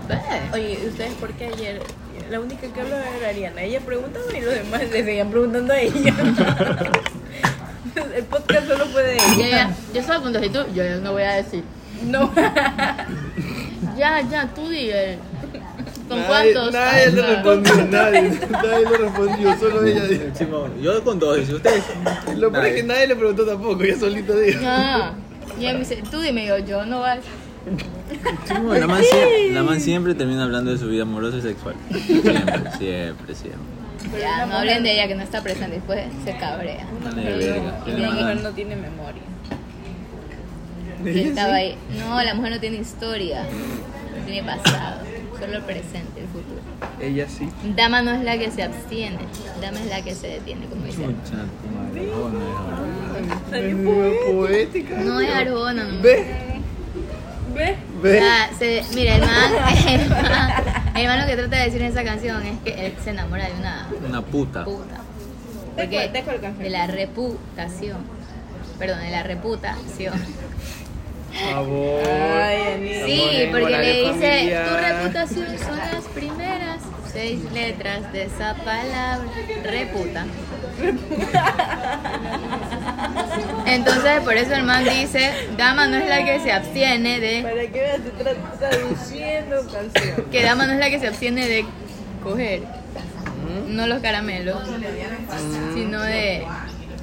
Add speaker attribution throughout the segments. Speaker 1: ustedes.
Speaker 2: Oye, ¿ustedes por qué ayer? La única que hablaba era Ariana. Ella preguntaba y los demás le seguían preguntando a ella. El podcast solo fue de
Speaker 1: Ya,
Speaker 2: ella.
Speaker 1: ya, yo solo cuando si tú, yo ya no voy a decir.
Speaker 2: No.
Speaker 1: Ya, ya, tú di eh, ¿Con
Speaker 3: nadie,
Speaker 1: cuántos?
Speaker 3: Nadie le
Speaker 1: Ajá.
Speaker 3: respondió, nadie, nadie le respondió, solo ella dijo.
Speaker 4: Simón, yo con dos, y si ustedes.
Speaker 3: Lo peor es
Speaker 4: Nadie.
Speaker 3: que nadie le preguntó tampoco, ella solita dijo.
Speaker 1: Ah, y él me dice, tú dime yo, yo no voy a decir.
Speaker 4: Simón, la, man siempre, la man siempre termina hablando de su vida amorosa y sexual. Siempre, siempre, siempre.
Speaker 1: Ya, no hablen de ella que no está presente, después se cabrea.
Speaker 4: Dale, verga.
Speaker 2: Y
Speaker 4: Tiene
Speaker 2: la mujer
Speaker 4: mala-
Speaker 2: no tiene memoria.
Speaker 1: Que estaba ahí. No, la mujer no tiene historia, no tiene pasado, solo el presente, el futuro.
Speaker 3: Ella sí.
Speaker 1: Dama no es la que se abstiene, dama es la que se detiene, como dice.
Speaker 4: Chucha, tu madre, oh, no, no.
Speaker 3: Menuda poética.
Speaker 1: No es Arjona, no.
Speaker 3: ¿Ves?
Speaker 2: ¿Ves?
Speaker 3: ¿Ves?
Speaker 1: Ah, se- mira, el man, el man- el man lo que trata de decir en esa canción es que él se enamora de una
Speaker 4: Una puta.
Speaker 1: puta.
Speaker 2: ¿De
Speaker 1: Porque
Speaker 2: cuál- de cuál canción?
Speaker 1: de la reputación. Perdón, de la reputación.
Speaker 3: Por favor.
Speaker 2: Ay, amigo.
Speaker 1: Sí,
Speaker 3: Amor,
Speaker 1: porque
Speaker 3: moral
Speaker 1: le dice, tu
Speaker 3: familiar.
Speaker 1: reputación son las primeras seis letras de esa palabra, reputa. Entonces, por eso el man dice, dama no es la que se abstiene de,
Speaker 2: Para que veas, se tra- traduciendo canciones.
Speaker 1: que dama no es la que se abstiene de coger, no los caramelos, sino de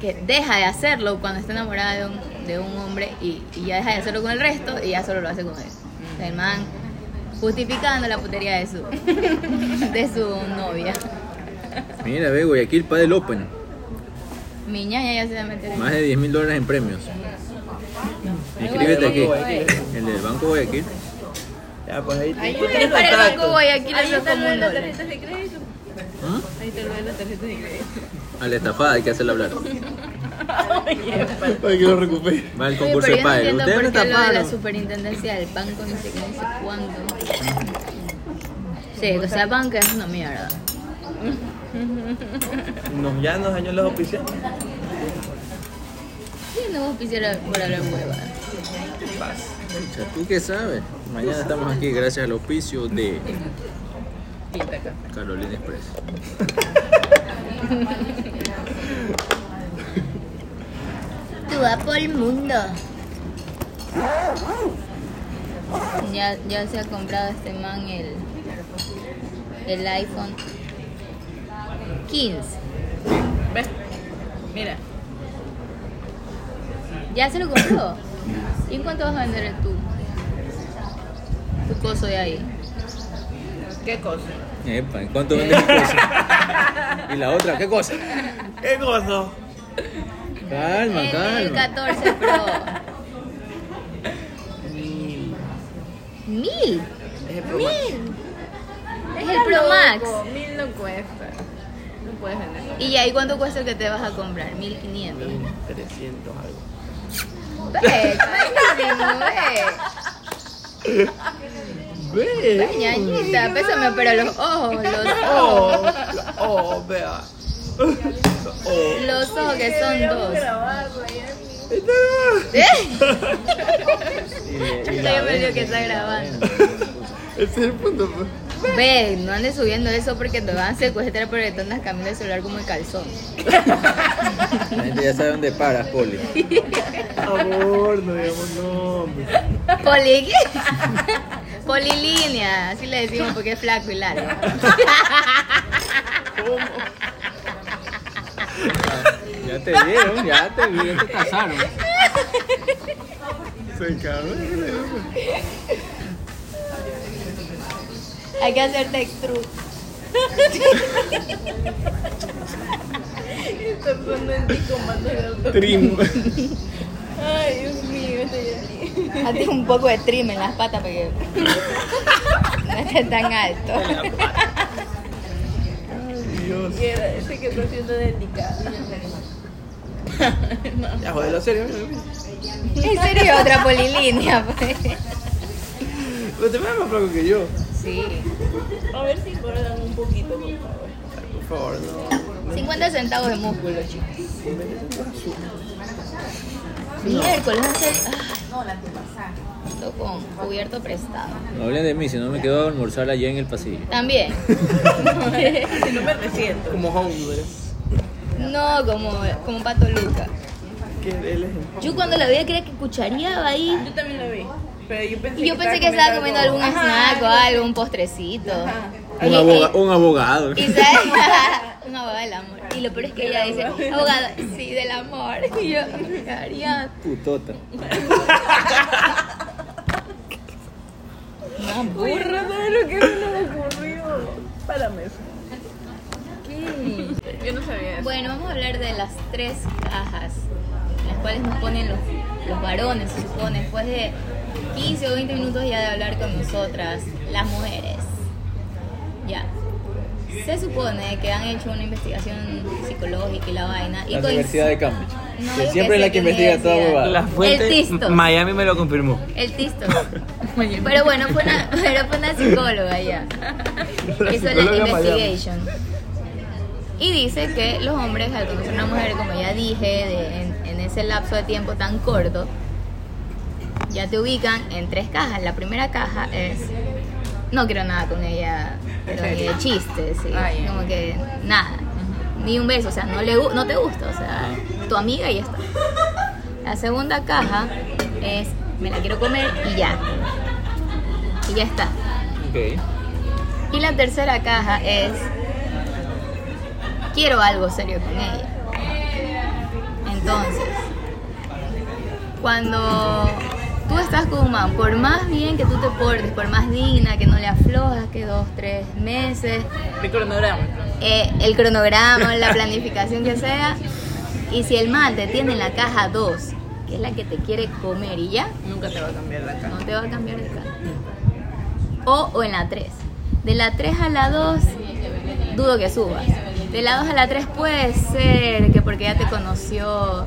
Speaker 1: que deja de hacerlo cuando está enamorada de un, de un hombre y, y ya deja de hacerlo con el resto y ya solo lo hace con él.
Speaker 2: Mm.
Speaker 1: O sea, el man justificando la putería de su, de su novia.
Speaker 4: Mira, ve, Guayaquil Padel Open.
Speaker 1: Mi ñaña ya se va a meter
Speaker 4: Más
Speaker 1: aquí.
Speaker 4: de 10 mil dólares en premios. Inscríbete aquí. El del Banco Guayaquil.
Speaker 3: Ya, pues ahí
Speaker 2: Ahí
Speaker 3: te-
Speaker 2: está
Speaker 1: Es para el banco Guayaquil,
Speaker 2: Ahí
Speaker 1: eso
Speaker 2: está
Speaker 1: como
Speaker 2: lo de
Speaker 1: un
Speaker 2: las
Speaker 1: dólar.
Speaker 2: tarjetas de crédito.
Speaker 4: ¿Ah?
Speaker 2: Ahí te lo de las tarjetas de crédito.
Speaker 4: A la estafada hay que hacerla hablar.
Speaker 3: Para que lo recupere.
Speaker 4: Va el
Speaker 1: Oye,
Speaker 4: concurso
Speaker 1: pero yo
Speaker 4: de
Speaker 1: no
Speaker 4: padre.
Speaker 1: entiendo
Speaker 4: Ustedes no
Speaker 1: por qué lo de la
Speaker 4: estafaron.
Speaker 1: superintendencia del banco no sé qué, no sé cuándo. Sí, o sea, banca es una mierda.
Speaker 3: Nos, ya nos dañó los oficiales.
Speaker 1: Yo no vos quisiera por hablar hueva.
Speaker 4: Chucha, ¿Tú qué sabes? Mañana estamos aquí gracias al auspicio de
Speaker 2: Pinta acá.
Speaker 4: Carolina Express.
Speaker 1: Tú vas por el mundo. Ya, ya se ha comprado este man el, el iPhone 15.
Speaker 2: ¿Ves? Mira.
Speaker 1: Ya se lo compró. ¿Y en cuánto vas a vender tú? Tu coso de ahí.
Speaker 2: ¿Qué cosa?
Speaker 4: Epa, ¿en cuánto vende mi cosa? ¿Y la otra? ¿Qué cosa?
Speaker 3: ¡Qué gozo!
Speaker 4: Calma,
Speaker 1: el, el
Speaker 4: calma.
Speaker 1: 14 Pro. Mil.
Speaker 3: Es el problema.
Speaker 1: Es el Pro Max.
Speaker 2: Mil no cuesta. No puedes vender.
Speaker 1: ¿Y ahí cuánto cuesta el que te vas a comprar? 1500.
Speaker 3: 300 algo.
Speaker 1: Ve, carísimo, ve.
Speaker 3: ¡Ve!
Speaker 1: Ve, pues, ñañita, pésame, pero los ojos, los
Speaker 3: ¡Oh!
Speaker 1: ojos.
Speaker 3: ¡Oh, vea! ¡Oh!
Speaker 1: Los ojos que son dos.
Speaker 3: Está-
Speaker 1: ¿Eh? Chuta, yo me olvidé que está grabando.
Speaker 3: Ese es el punto. pues.
Speaker 1: Ve, no andes subiendo eso porque te van a secuestrar porque tú andas cambiando el celular como el calzón.
Speaker 4: La gente ya sabe dónde paras, Poli.
Speaker 3: Amor, no digamos nombre.
Speaker 1: Poli, ¿qué? Polilínea, así le decimos porque es flaco y largo.
Speaker 4: Ya te vieron, ya te vieron, ya te casaron.
Speaker 3: Se cabrón.
Speaker 1: Hay que hacer textru.
Speaker 2: Está sonando en ti comando de auto.
Speaker 3: Trim.
Speaker 2: Ay, Dios mío, este ya ni-
Speaker 1: Hazte un poco de trim en las patas porque no esté tan alto.
Speaker 3: Dios.
Speaker 2: Y era ese que está siendo delicado.
Speaker 3: Ya, jodelo serio.
Speaker 1: En serio, otra polilínea. pues.
Speaker 3: Pero te veas más flaco que yo.
Speaker 1: Sí.
Speaker 2: A ver si guardan un poquito, por favor.
Speaker 3: Por favor, no.
Speaker 1: 50 centavos de músculo, chicos. Miércoles, no sé. almuerzo con cubierto prestado.
Speaker 4: No hablen de mí, si no me quedo a almorzar allá en el pasillo.
Speaker 1: También.
Speaker 2: Si no me resiento.
Speaker 3: Como homeless.
Speaker 1: no, como, como Pato Luca.
Speaker 3: Que él es
Speaker 1: Yo cuando la veía creía que cuchareaba ahí.
Speaker 2: Yo también lo vi. Pero yo pensé
Speaker 1: Y yo pensé que estaba comiendo algún
Speaker 2: algo.
Speaker 1: snack o algo, un postrecito. Y-
Speaker 4: Un, aboga- un abogado.
Speaker 1: Y sabes, un abogado del amor. Y lo peor es que ella dice, abogado, sí, del amor. Y yo, haría
Speaker 4: Putota.
Speaker 1: más
Speaker 2: Uy,
Speaker 1: burro.
Speaker 2: ¿sabes lo que se nos ocurrió? Párame eso. Yo no sabía eso.
Speaker 1: Bueno, vamos a hablar de las tres cajas, en las cuales nos ponen los, los varones, se supone, después de 15 o 20 minutos ya de hablar con nosotras, las mujeres. Ya. Se supone que han hecho una investigación psicológica y la vaina. y
Speaker 4: La
Speaker 1: coinc-
Speaker 4: Universidad de Cambridge.
Speaker 1: No,
Speaker 4: que
Speaker 1: yo
Speaker 4: siempre es
Speaker 1: sé
Speaker 4: la que
Speaker 1: qué
Speaker 4: investiga toda
Speaker 1: universidad.
Speaker 4: huevada.
Speaker 5: La fuente
Speaker 1: El Tisto.
Speaker 5: Miami me lo confirmó.
Speaker 1: El tisto. Pero bueno, fue una, pero fue una psicóloga ya. Hizo la
Speaker 5: psicóloga Miami.
Speaker 1: investigation. Y dice que los hombres, al conocer a una mujer, como ya dije, de- en, en ese lapso de tiempo tan corto, ya te ubican en tres cajas. La primera caja es, no quiero nada con ella, pero ni de chistes, sí.
Speaker 2: Ah, ya.
Speaker 1: como que nada, ni un beso, o sea, no, le, gu- no te gusta, o sea,
Speaker 2: Ah.
Speaker 1: tu amiga y ya está. La segunda caja es, me la quiero comer y ya. Y ya está.
Speaker 4: Ok.
Speaker 1: Y la tercera caja es quiero algo serio con ella. Entonces, cuando tú estás con un man, por más bien que tú te portes, por más digna, que no le aflojas, que dos, tres meses,
Speaker 2: De cronograma.
Speaker 1: eh, el cronograma, la planificación que sea, y si el man te tiene en la caja 2, que es la que te quiere comer y ya,
Speaker 2: Nunca te va a cambiar la cara.
Speaker 1: no te va a cambiar de cara. O, o en la 3. De la 3 a la 2, dudo que subas. De la 2 a la 3 puede ser que porque ya te conoció.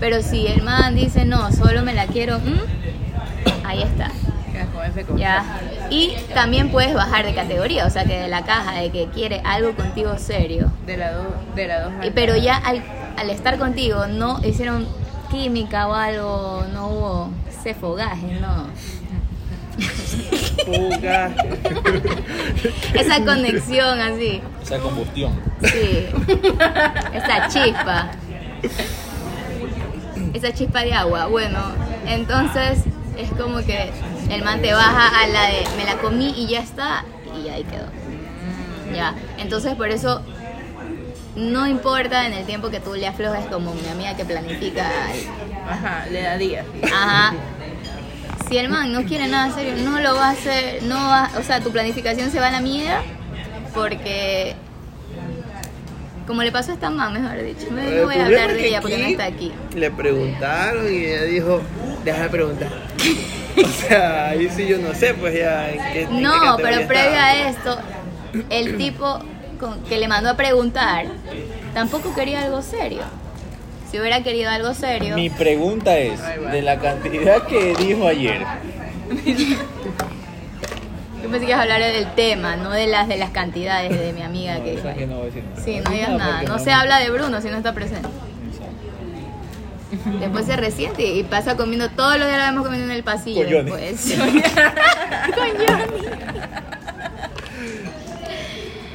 Speaker 1: Pero si el man dice, no, solo me la quiero, ¿mm? ahí está.
Speaker 2: Quedas con F con
Speaker 1: Ya. Y también puedes bajar de categoría, o sea que de la caja de que quiere algo contigo serio.
Speaker 2: De la 2 de la dos
Speaker 1: Y-
Speaker 2: al-
Speaker 1: Pero ya al, al estar contigo no hicieron química o algo, no hubo ese fogaje, no.
Speaker 3: Fuga.
Speaker 1: Esa conexión así.
Speaker 4: O sea, combustión.
Speaker 1: Sí. Esa chispa. Esa chispa de agua. Bueno, entonces es como que el man te baja a la de me la comí y ya está y ahí quedó. Ya. Entonces por eso no importa en el tiempo que tú le aflojes como mi amiga que planifica.
Speaker 2: Ajá, le da día.
Speaker 1: Ajá. Si el man no quiere nada serio, no lo va a hacer, no va, o sea, tu planificación se va a la mierda porque como le pasó a esta man, mejor dicho,
Speaker 3: Eh,
Speaker 1: no no voy a hablar de ella porque no está aquí.
Speaker 3: Le preguntaron y ella dijo, deja de preguntar. O sea, ahí sí yo no sé, pues ya en qué. en qué
Speaker 1: No, pero
Speaker 3: categoría
Speaker 1: previo
Speaker 3: estaba.
Speaker 1: a esto, el tipo con- que le mandó a preguntar tampoco quería algo serio. Si hubiera querido algo serio,
Speaker 4: Mi pregunta es, de la cantidad que dijo ayer,
Speaker 1: yo pensé que ibas a hablar del tema, no de las de las cantidades de mi amiga que
Speaker 4: o sea, que no voy a decir nada.
Speaker 1: Sí, no digas nada.
Speaker 4: porque
Speaker 1: No se habla de Bruno si no está presente. Después se resiente y pasa comiendo todos los días lo vemos comiendo en el pasillo.
Speaker 4: Collones.
Speaker 1: Pues.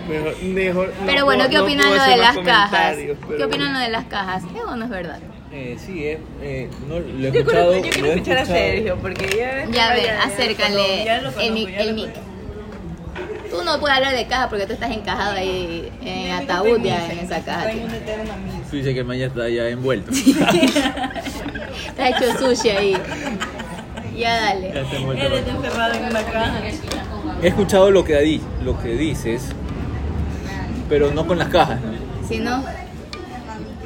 Speaker 3: Mejor, mejor,
Speaker 1: Pero
Speaker 3: no
Speaker 1: bueno,
Speaker 3: puedo-
Speaker 1: ¿qué
Speaker 3: no
Speaker 1: opinan
Speaker 3: puedo
Speaker 1: lo de
Speaker 3: hacer
Speaker 1: las
Speaker 3: más
Speaker 1: cajas?
Speaker 3: comentarios,
Speaker 1: ¿Qué
Speaker 3: pero
Speaker 1: opinan lo de las cajas? ¿Es o no es verdad?
Speaker 4: Eh, sí, es, eh, no, lo he
Speaker 2: Yo,
Speaker 4: escuchado.
Speaker 2: creo, yo quiero
Speaker 4: lo he
Speaker 2: escuchar a
Speaker 4: escuchado.
Speaker 2: Sergio porque ya.
Speaker 1: Ya ve,
Speaker 2: ya- ya
Speaker 1: acércale
Speaker 2: lo- ya lo
Speaker 1: el, mic.
Speaker 2: conozco, ya
Speaker 1: el
Speaker 2: lo
Speaker 1: mic.
Speaker 2: conozco.
Speaker 1: Tú no puedes hablar de cajas porque tú estás encajado ahí en ataúd ya en esa caja.
Speaker 2: Tengo una eterna misa.
Speaker 4: Tú dices que el man ya está ya envuelto.
Speaker 1: Te has hecho sushi ahí. Ya
Speaker 4: Ya
Speaker 1: dale.
Speaker 4: está
Speaker 2: Él
Speaker 4: envuelto.
Speaker 2: está encerrado en una caja.
Speaker 4: He escuchado lo que, di- lo que dices, pero no con las cajas, ¿no?
Speaker 1: Si no,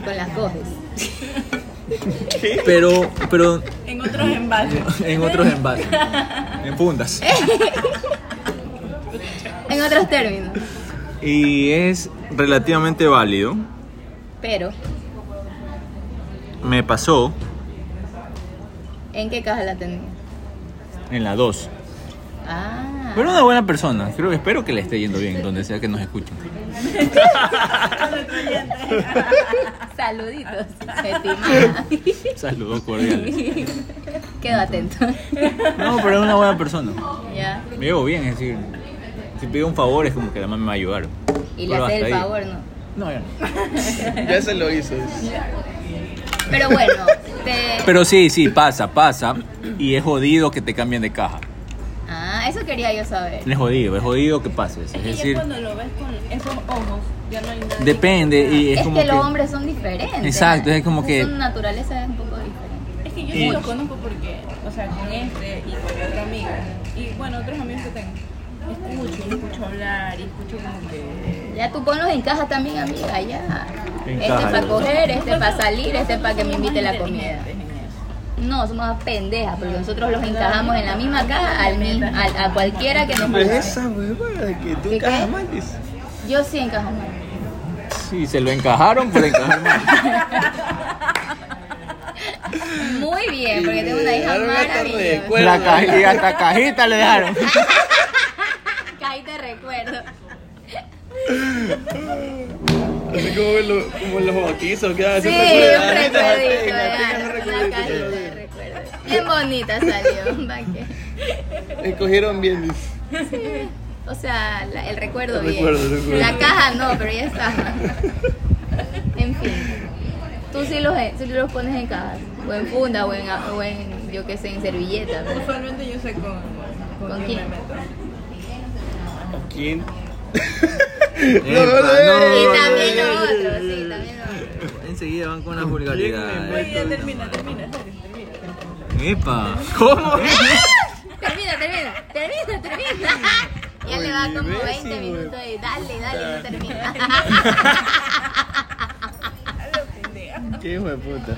Speaker 1: con las coges.
Speaker 4: Pero, pero
Speaker 2: En otros envases.
Speaker 4: en otros envases, en puntas.
Speaker 2: Eh.
Speaker 1: En otros términos.
Speaker 5: Y es relativamente válido.
Speaker 1: Pero,
Speaker 5: Me pasó
Speaker 1: ¿en qué caja la tenías?
Speaker 5: en la 2.
Speaker 1: Ah.
Speaker 5: Pero una buena persona. Creo, espero que le esté yendo bien, donde sea que nos escuchen.
Speaker 1: Saluditos. Estimada.
Speaker 5: Saludos cordiales.
Speaker 1: Quedo atento.
Speaker 4: No, pero es una buena persona.
Speaker 1: ya.
Speaker 4: Me llevo bien, es decir, si pido un favor es como que la mamá me va a ayudar.
Speaker 1: Y le
Speaker 4: Pero
Speaker 1: hace
Speaker 4: hasta
Speaker 1: el
Speaker 4: ahí.
Speaker 1: favor, ¿no?
Speaker 4: No, ya no.
Speaker 3: Ya se lo hizo.
Speaker 1: Ah. Pero bueno, te...
Speaker 4: Pero sí, sí, pasa, pasa. Y es jodido que te cambien de caja.
Speaker 1: Ah, eso quería yo saber.
Speaker 4: Es jodido, es jodido que pases. Es
Speaker 2: Es que ya
Speaker 4: decir,
Speaker 2: cuando lo ves con esos ojos, ya no hay nada.
Speaker 4: depende y es
Speaker 1: Es,
Speaker 4: como
Speaker 1: que,
Speaker 4: que...
Speaker 1: los hombres son diferentes.
Speaker 4: Exacto, es como que-
Speaker 1: Su naturaleza es un poco diferente.
Speaker 2: Es que yo
Speaker 4: Y-
Speaker 2: no lo conozco porque, o sea, con este y con mi otro amigo, y bueno, otros amigos que tengo, escucho, y escucho hablar, y escucho como que...
Speaker 1: Ya tú ponlos en caja también, amiga, ya.
Speaker 4: En
Speaker 1: este
Speaker 4: caja,
Speaker 1: para
Speaker 4: ya.
Speaker 1: coger, este para salir, este para que me invite la comida.
Speaker 2: Inteligentes en eso.
Speaker 1: No, somos más pendejas, porque nosotros los encajamos en la misma caja al, mi- al- a cualquiera que nos
Speaker 3: Pero
Speaker 1: mande.
Speaker 3: Pues esa huevada que tú
Speaker 1: ¿Qué
Speaker 3: encajas
Speaker 1: qué?
Speaker 3: mal, dice.
Speaker 1: Yo sí encajo mal.
Speaker 4: Sí, se lo encajaron por encajar mal.
Speaker 1: Muy bien, porque
Speaker 3: Y
Speaker 1: tengo una hija
Speaker 3: ahora me acuerdo de
Speaker 1: maravillosa.
Speaker 3: cuál.
Speaker 4: La caja- y hasta cajita le dejaron.
Speaker 1: Ahí te recuerdo.
Speaker 3: Así como, en lo- como en los bautizos, que hacen
Speaker 1: Sí, un
Speaker 3: recuerdo.
Speaker 1: recuerdito de
Speaker 3: Aplican los
Speaker 1: árbol, una
Speaker 3: recuerditos.
Speaker 1: cajita de recuerdos. Bien bonita salió, ¿pa' qué?
Speaker 3: Escogieron bien, dice.
Speaker 1: O sea, la- el recuerdo
Speaker 3: El
Speaker 1: bien.
Speaker 3: recuerdo, el recuerdo.
Speaker 1: La caja no, pero ya está. En fin. Tú sí los, eh, sí los pones en cajas. O en funda, o en, o en, yo qué sé, en servilleta. pero-
Speaker 2: Usualmente yo sé con, con,
Speaker 1: ¿Con
Speaker 2: quién
Speaker 1: quién?
Speaker 2: me meto.
Speaker 3: ¿Quién?
Speaker 4: Epa,
Speaker 1: Y
Speaker 4: no.
Speaker 1: también los otros, sí, también los otros.
Speaker 4: Enseguida van con las
Speaker 2: Oye, ya
Speaker 4: vulgaridades.
Speaker 2: termina, termina, serio, termina.
Speaker 4: Epa. ¿Cómo?
Speaker 1: Termina, termina, termina, termina. Ya le va como 20
Speaker 3: imbécil, güey.
Speaker 1: minutos y dale, dale, no termina.
Speaker 3: ¿Qué hijo de puta?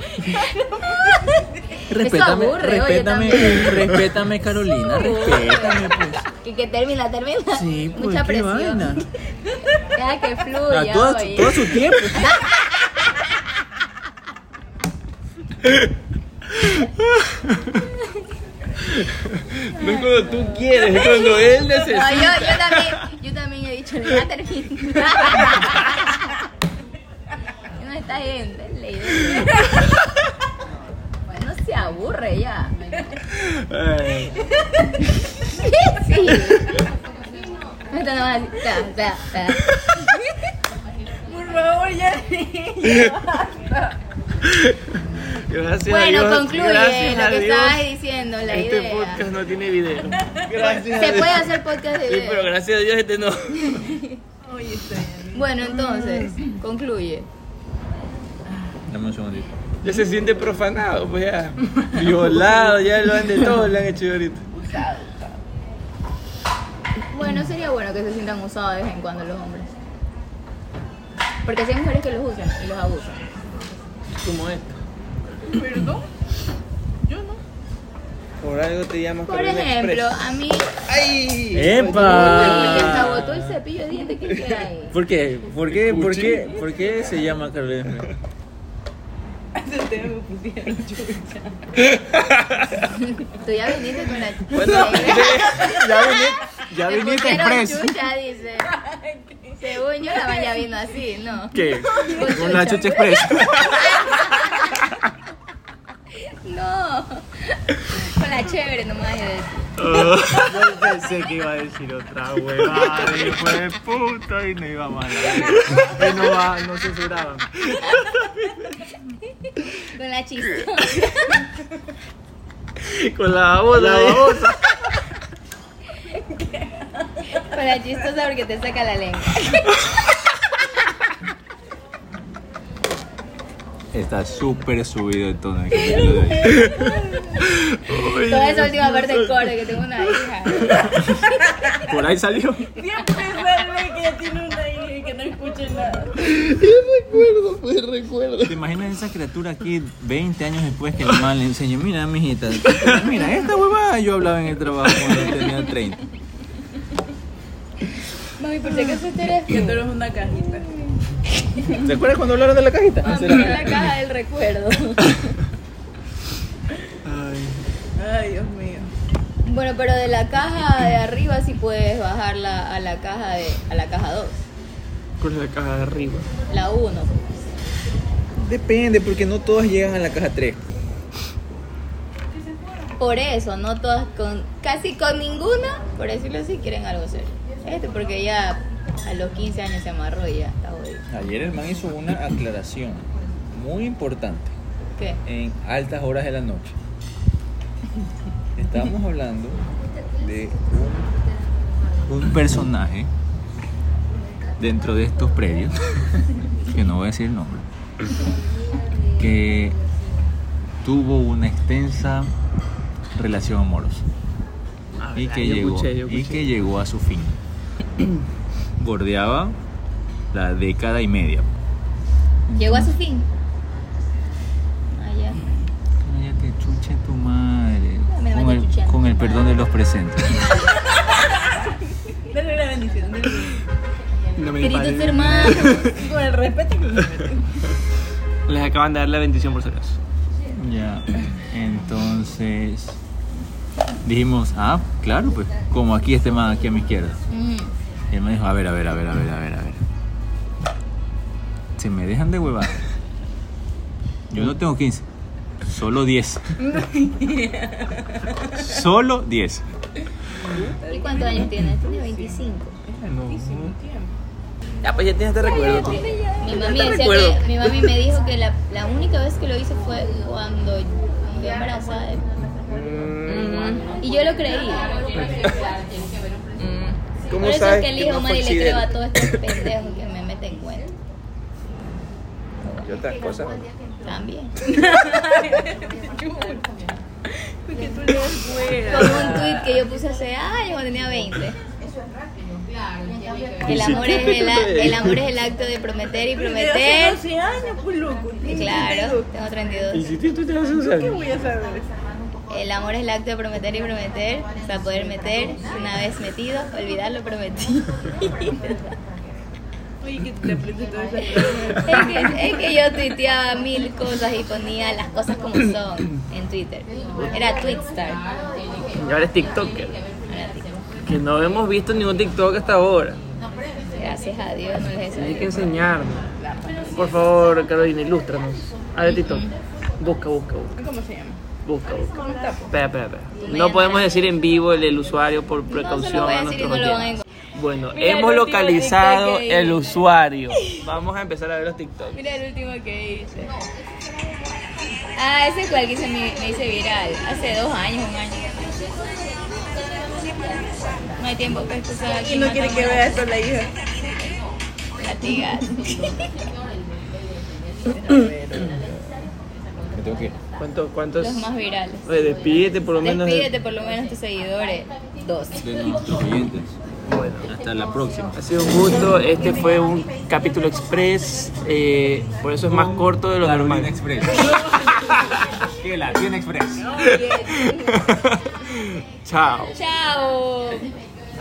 Speaker 4: Respétame,
Speaker 1: aburre, oye,
Speaker 4: respétame,
Speaker 1: también.
Speaker 4: respétame Carolina, respétame pues.
Speaker 1: Y que termina, termina.
Speaker 4: Sí, pues,
Speaker 1: Mucha
Speaker 4: qué
Speaker 1: presión.
Speaker 4: vaina.
Speaker 1: Deja que
Speaker 4: A
Speaker 1: fluya.
Speaker 4: Ah, todo,
Speaker 1: oye.
Speaker 4: su- todo su tiempo.
Speaker 3: No es cuando tú quieres, es cuando
Speaker 1: No,
Speaker 3: él necesita.
Speaker 1: yo, yo también, yo también he dicho, ya termina. no está bien, dale, dale. Bueno, se aburre ya.
Speaker 3: Ay,
Speaker 1: Sí. Esto no va a ta, ta, ta.
Speaker 2: Por favor, ya.
Speaker 3: Gracias a
Speaker 1: Bueno,
Speaker 3: Dios,
Speaker 1: concluye
Speaker 3: gracias
Speaker 1: lo
Speaker 3: a
Speaker 1: que
Speaker 3: Dios,
Speaker 1: estabas diciendo, la
Speaker 3: Este
Speaker 1: idea.
Speaker 3: podcast no tiene video. Gracias a
Speaker 1: Se
Speaker 3: Dios.
Speaker 1: puede hacer podcast de
Speaker 3: Sí,
Speaker 1: video.
Speaker 3: pero gracias a Dios este no.
Speaker 2: Oye, está bien.
Speaker 1: Bueno, entonces, concluye.
Speaker 4: Dame un segundito.
Speaker 3: Ya se siente profanado, pues ya. Violado, ya lo han de todo, le han hecho ahorita.
Speaker 1: Bueno, sería bueno que se sientan usados de vez en cuando los hombres. Porque si hay mujeres que los usan y los abusan.
Speaker 3: Como esto.
Speaker 2: ¿Perdón? Yo no.
Speaker 3: Por algo te llamas
Speaker 1: Por
Speaker 3: Carolina
Speaker 1: ejemplo,
Speaker 3: Express.
Speaker 1: a mí
Speaker 3: ¡Ay!
Speaker 4: ¿Eh?
Speaker 1: Uy,
Speaker 4: pues,
Speaker 1: que hasta
Speaker 4: ¡Epa!
Speaker 1: botó el cepillo de dientes que queda ahí.
Speaker 4: ¿Por qué? ¿Por qué? ¿Por qué? ¿Por qué se llama Carolina?
Speaker 2: Antes te me pusieron chucha.
Speaker 1: Tú ya viniste con la
Speaker 3: Bueno,
Speaker 4: Ya viniste, ya
Speaker 1: Te
Speaker 4: viniste
Speaker 1: pusieron
Speaker 4: express.
Speaker 1: chucha, dice. Según yo, la mañana vino así, ¿no?
Speaker 4: ¿Qué?
Speaker 1: Con
Speaker 4: Con la
Speaker 1: chucha.
Speaker 4: chucha express.
Speaker 1: No. Con la chévere nomás. yo decía.
Speaker 4: Yo pensé que iba a decir otra huevada, hijo de puta, y no iba mal. Y no, va, no censuraban.
Speaker 1: Con la chistosa.
Speaker 3: con la babosa.
Speaker 4: La
Speaker 3: ahí.
Speaker 4: babosa.
Speaker 1: Con la chistosa porque te saca la lengua.
Speaker 4: Está súper subido de tono. el capítulo de hoy.
Speaker 1: Toda esa última parte del coro que tengo una hija.
Speaker 4: Por ahí salió.
Speaker 2: Siempre sale que ya tiene una hija y que no escucha nada.
Speaker 3: recuerdo, pues recuerdo.
Speaker 4: ¿Te imaginas esa criatura aquí 20 años después que la mamá le enseñó? Mira, mijita, mira, esta huevada yo hablaba en el trabajo cuando tenía 30.
Speaker 1: Mami, por si acaso te eres
Speaker 2: Que tú
Speaker 1: tú.
Speaker 2: eres una cajita.
Speaker 3: ¿Te acuerdas cuando hablaron de la cajita?
Speaker 1: Mami, en la caja del recuerdo.
Speaker 2: Ay, Dios mío.
Speaker 1: Bueno, pero de la caja de arriba sí puedes bajarla a la caja de a la caja 2,
Speaker 3: Con la caja de arriba.
Speaker 1: la 1.
Speaker 4: Depende, porque no todos llegan a la caja 3.
Speaker 1: por eso, no todas con casi con ninguna, por decirlo así, quieren algo serio. Este porque ya a los 15 años se amarró y ya está jodido.
Speaker 6: Ayer el man hizo una aclaración muy importante
Speaker 1: ¿Qué?
Speaker 6: en altas horas de la noche. Estábamos hablando de un
Speaker 4: Un personaje dentro de estos predios, que no voy a decir el nombre, que tuvo una extensa relación amorosa y que,
Speaker 3: Ah, yo
Speaker 4: llegó,
Speaker 3: escuché, yo
Speaker 4: y
Speaker 3: escuché.
Speaker 4: que llegó a su fin. Bordeaba la década y media.
Speaker 1: Llegó a su fin. Ah, ya.
Speaker 4: Cállate, chuche tu madre.
Speaker 1: Me la
Speaker 4: Con
Speaker 1: vaya
Speaker 4: el,
Speaker 1: chucheando
Speaker 4: con
Speaker 1: tu
Speaker 4: el perdón de los presentes.
Speaker 2: Dale la bendición. dale.
Speaker 3: No me
Speaker 1: Queridos
Speaker 3: imparen.
Speaker 1: hermanos.
Speaker 2: Con el respeto que me merecen.
Speaker 3: Les acaban de dar la bendición por si acaso.
Speaker 4: Ya, entonces dijimos, ah, claro, pues como aquí este man aquí a mi izquierda.
Speaker 1: Mm,
Speaker 4: Y él me dijo, a ver, a ver, a ver, a ver, a ver, a ver. Se me dejan de huevar. Yo no tengo 15, solo 10. Solo 10.
Speaker 1: ¿Y cuántos años tienes? Tienes 25.
Speaker 3: Ya, pues ya tienes este recuerdo. tú.
Speaker 1: Mi mami, decía
Speaker 3: recuerdo.
Speaker 1: que, mi mami me dijo que la, la única vez que lo hice fue cuando me embarazada. de-
Speaker 3: Mm.
Speaker 1: Y yo lo creí. Por
Speaker 3: ¿Cómo
Speaker 1: eso
Speaker 3: sabes
Speaker 1: es que
Speaker 3: que
Speaker 1: elijo
Speaker 3: no
Speaker 1: mal
Speaker 3: fue
Speaker 1: y le creo a
Speaker 3: accidente?
Speaker 1: todos estos pendejos que me meten cuenta.
Speaker 3: Y otras cosas.
Speaker 1: También.
Speaker 2: Porque tú le das fuera.
Speaker 1: Como un tweet que yo puse hace años cuando tenía 20. El amor, es el, a- el amor es el acto de prometer y prometer.
Speaker 2: Hace 12 años, pues loco. pues
Speaker 1: Claro, tengo 32.
Speaker 2: ¿Qué voy a saber?
Speaker 1: El amor es el acto de prometer y prometer. Para poder meter, una vez metido, olvidar lo prometido.
Speaker 2: Oye, que te aprendes todas esas
Speaker 1: Es
Speaker 2: cosas.
Speaker 1: que, es que yo tuiteaba mil cosas y ponía las cosas como son en Twitter. Era Twitstar.
Speaker 3: Y ahora es TikToker.
Speaker 1: Ahora sí,
Speaker 3: Que no hemos visto ningún TikTok hasta ahora.
Speaker 1: Gracias a Dios no les he
Speaker 3: Hay que
Speaker 1: sabido.
Speaker 3: enseñarnos. Por favor, Carolina, ilústranos. A ver, TikTok. Busca, busca, busca.
Speaker 2: ¿Cómo se llama?
Speaker 3: Busca, busca.
Speaker 2: ¿Cómo tapo?
Speaker 3: Espera, espera, espera. No podemos decir en vivo el, el usuario por
Speaker 1: No se lo
Speaker 3: precaución
Speaker 1: voy a
Speaker 3: a
Speaker 1: decir y
Speaker 3: nuestros
Speaker 1: no lo van a
Speaker 3: oyentes.
Speaker 1: encontrar.
Speaker 3: Bueno,
Speaker 2: Mira,
Speaker 3: hemos
Speaker 2: el último
Speaker 3: localizado
Speaker 2: TikTok que
Speaker 3: el
Speaker 2: hice.
Speaker 3: usuario. Vamos a empezar a ver los TikTok.
Speaker 1: Mira el último que hice. Ah, ese cual que hice me, me hice viral. Hace dos años, un año. No hay tiempo para excusar aquí.
Speaker 2: Y no quiere que
Speaker 1: matamos
Speaker 2: vea esto la hija.
Speaker 1: latigas.
Speaker 6: Me tengo que ir.
Speaker 3: ¿Cuántos? cuántos?
Speaker 1: Los más virales.
Speaker 3: Oye, despídete por lo menos. de-
Speaker 1: Despídete por lo menos tus seguidores. Dos.
Speaker 4: De nuestros oyentes.
Speaker 3: Bueno.
Speaker 4: Hasta la próxima.
Speaker 3: Ha sido un gusto, este fue un capítulo express, eh, por eso es más corto de lo
Speaker 4: Carolina
Speaker 3: normal.
Speaker 4: Express. Que la tiene Express.
Speaker 3: Chao.
Speaker 1: Chao.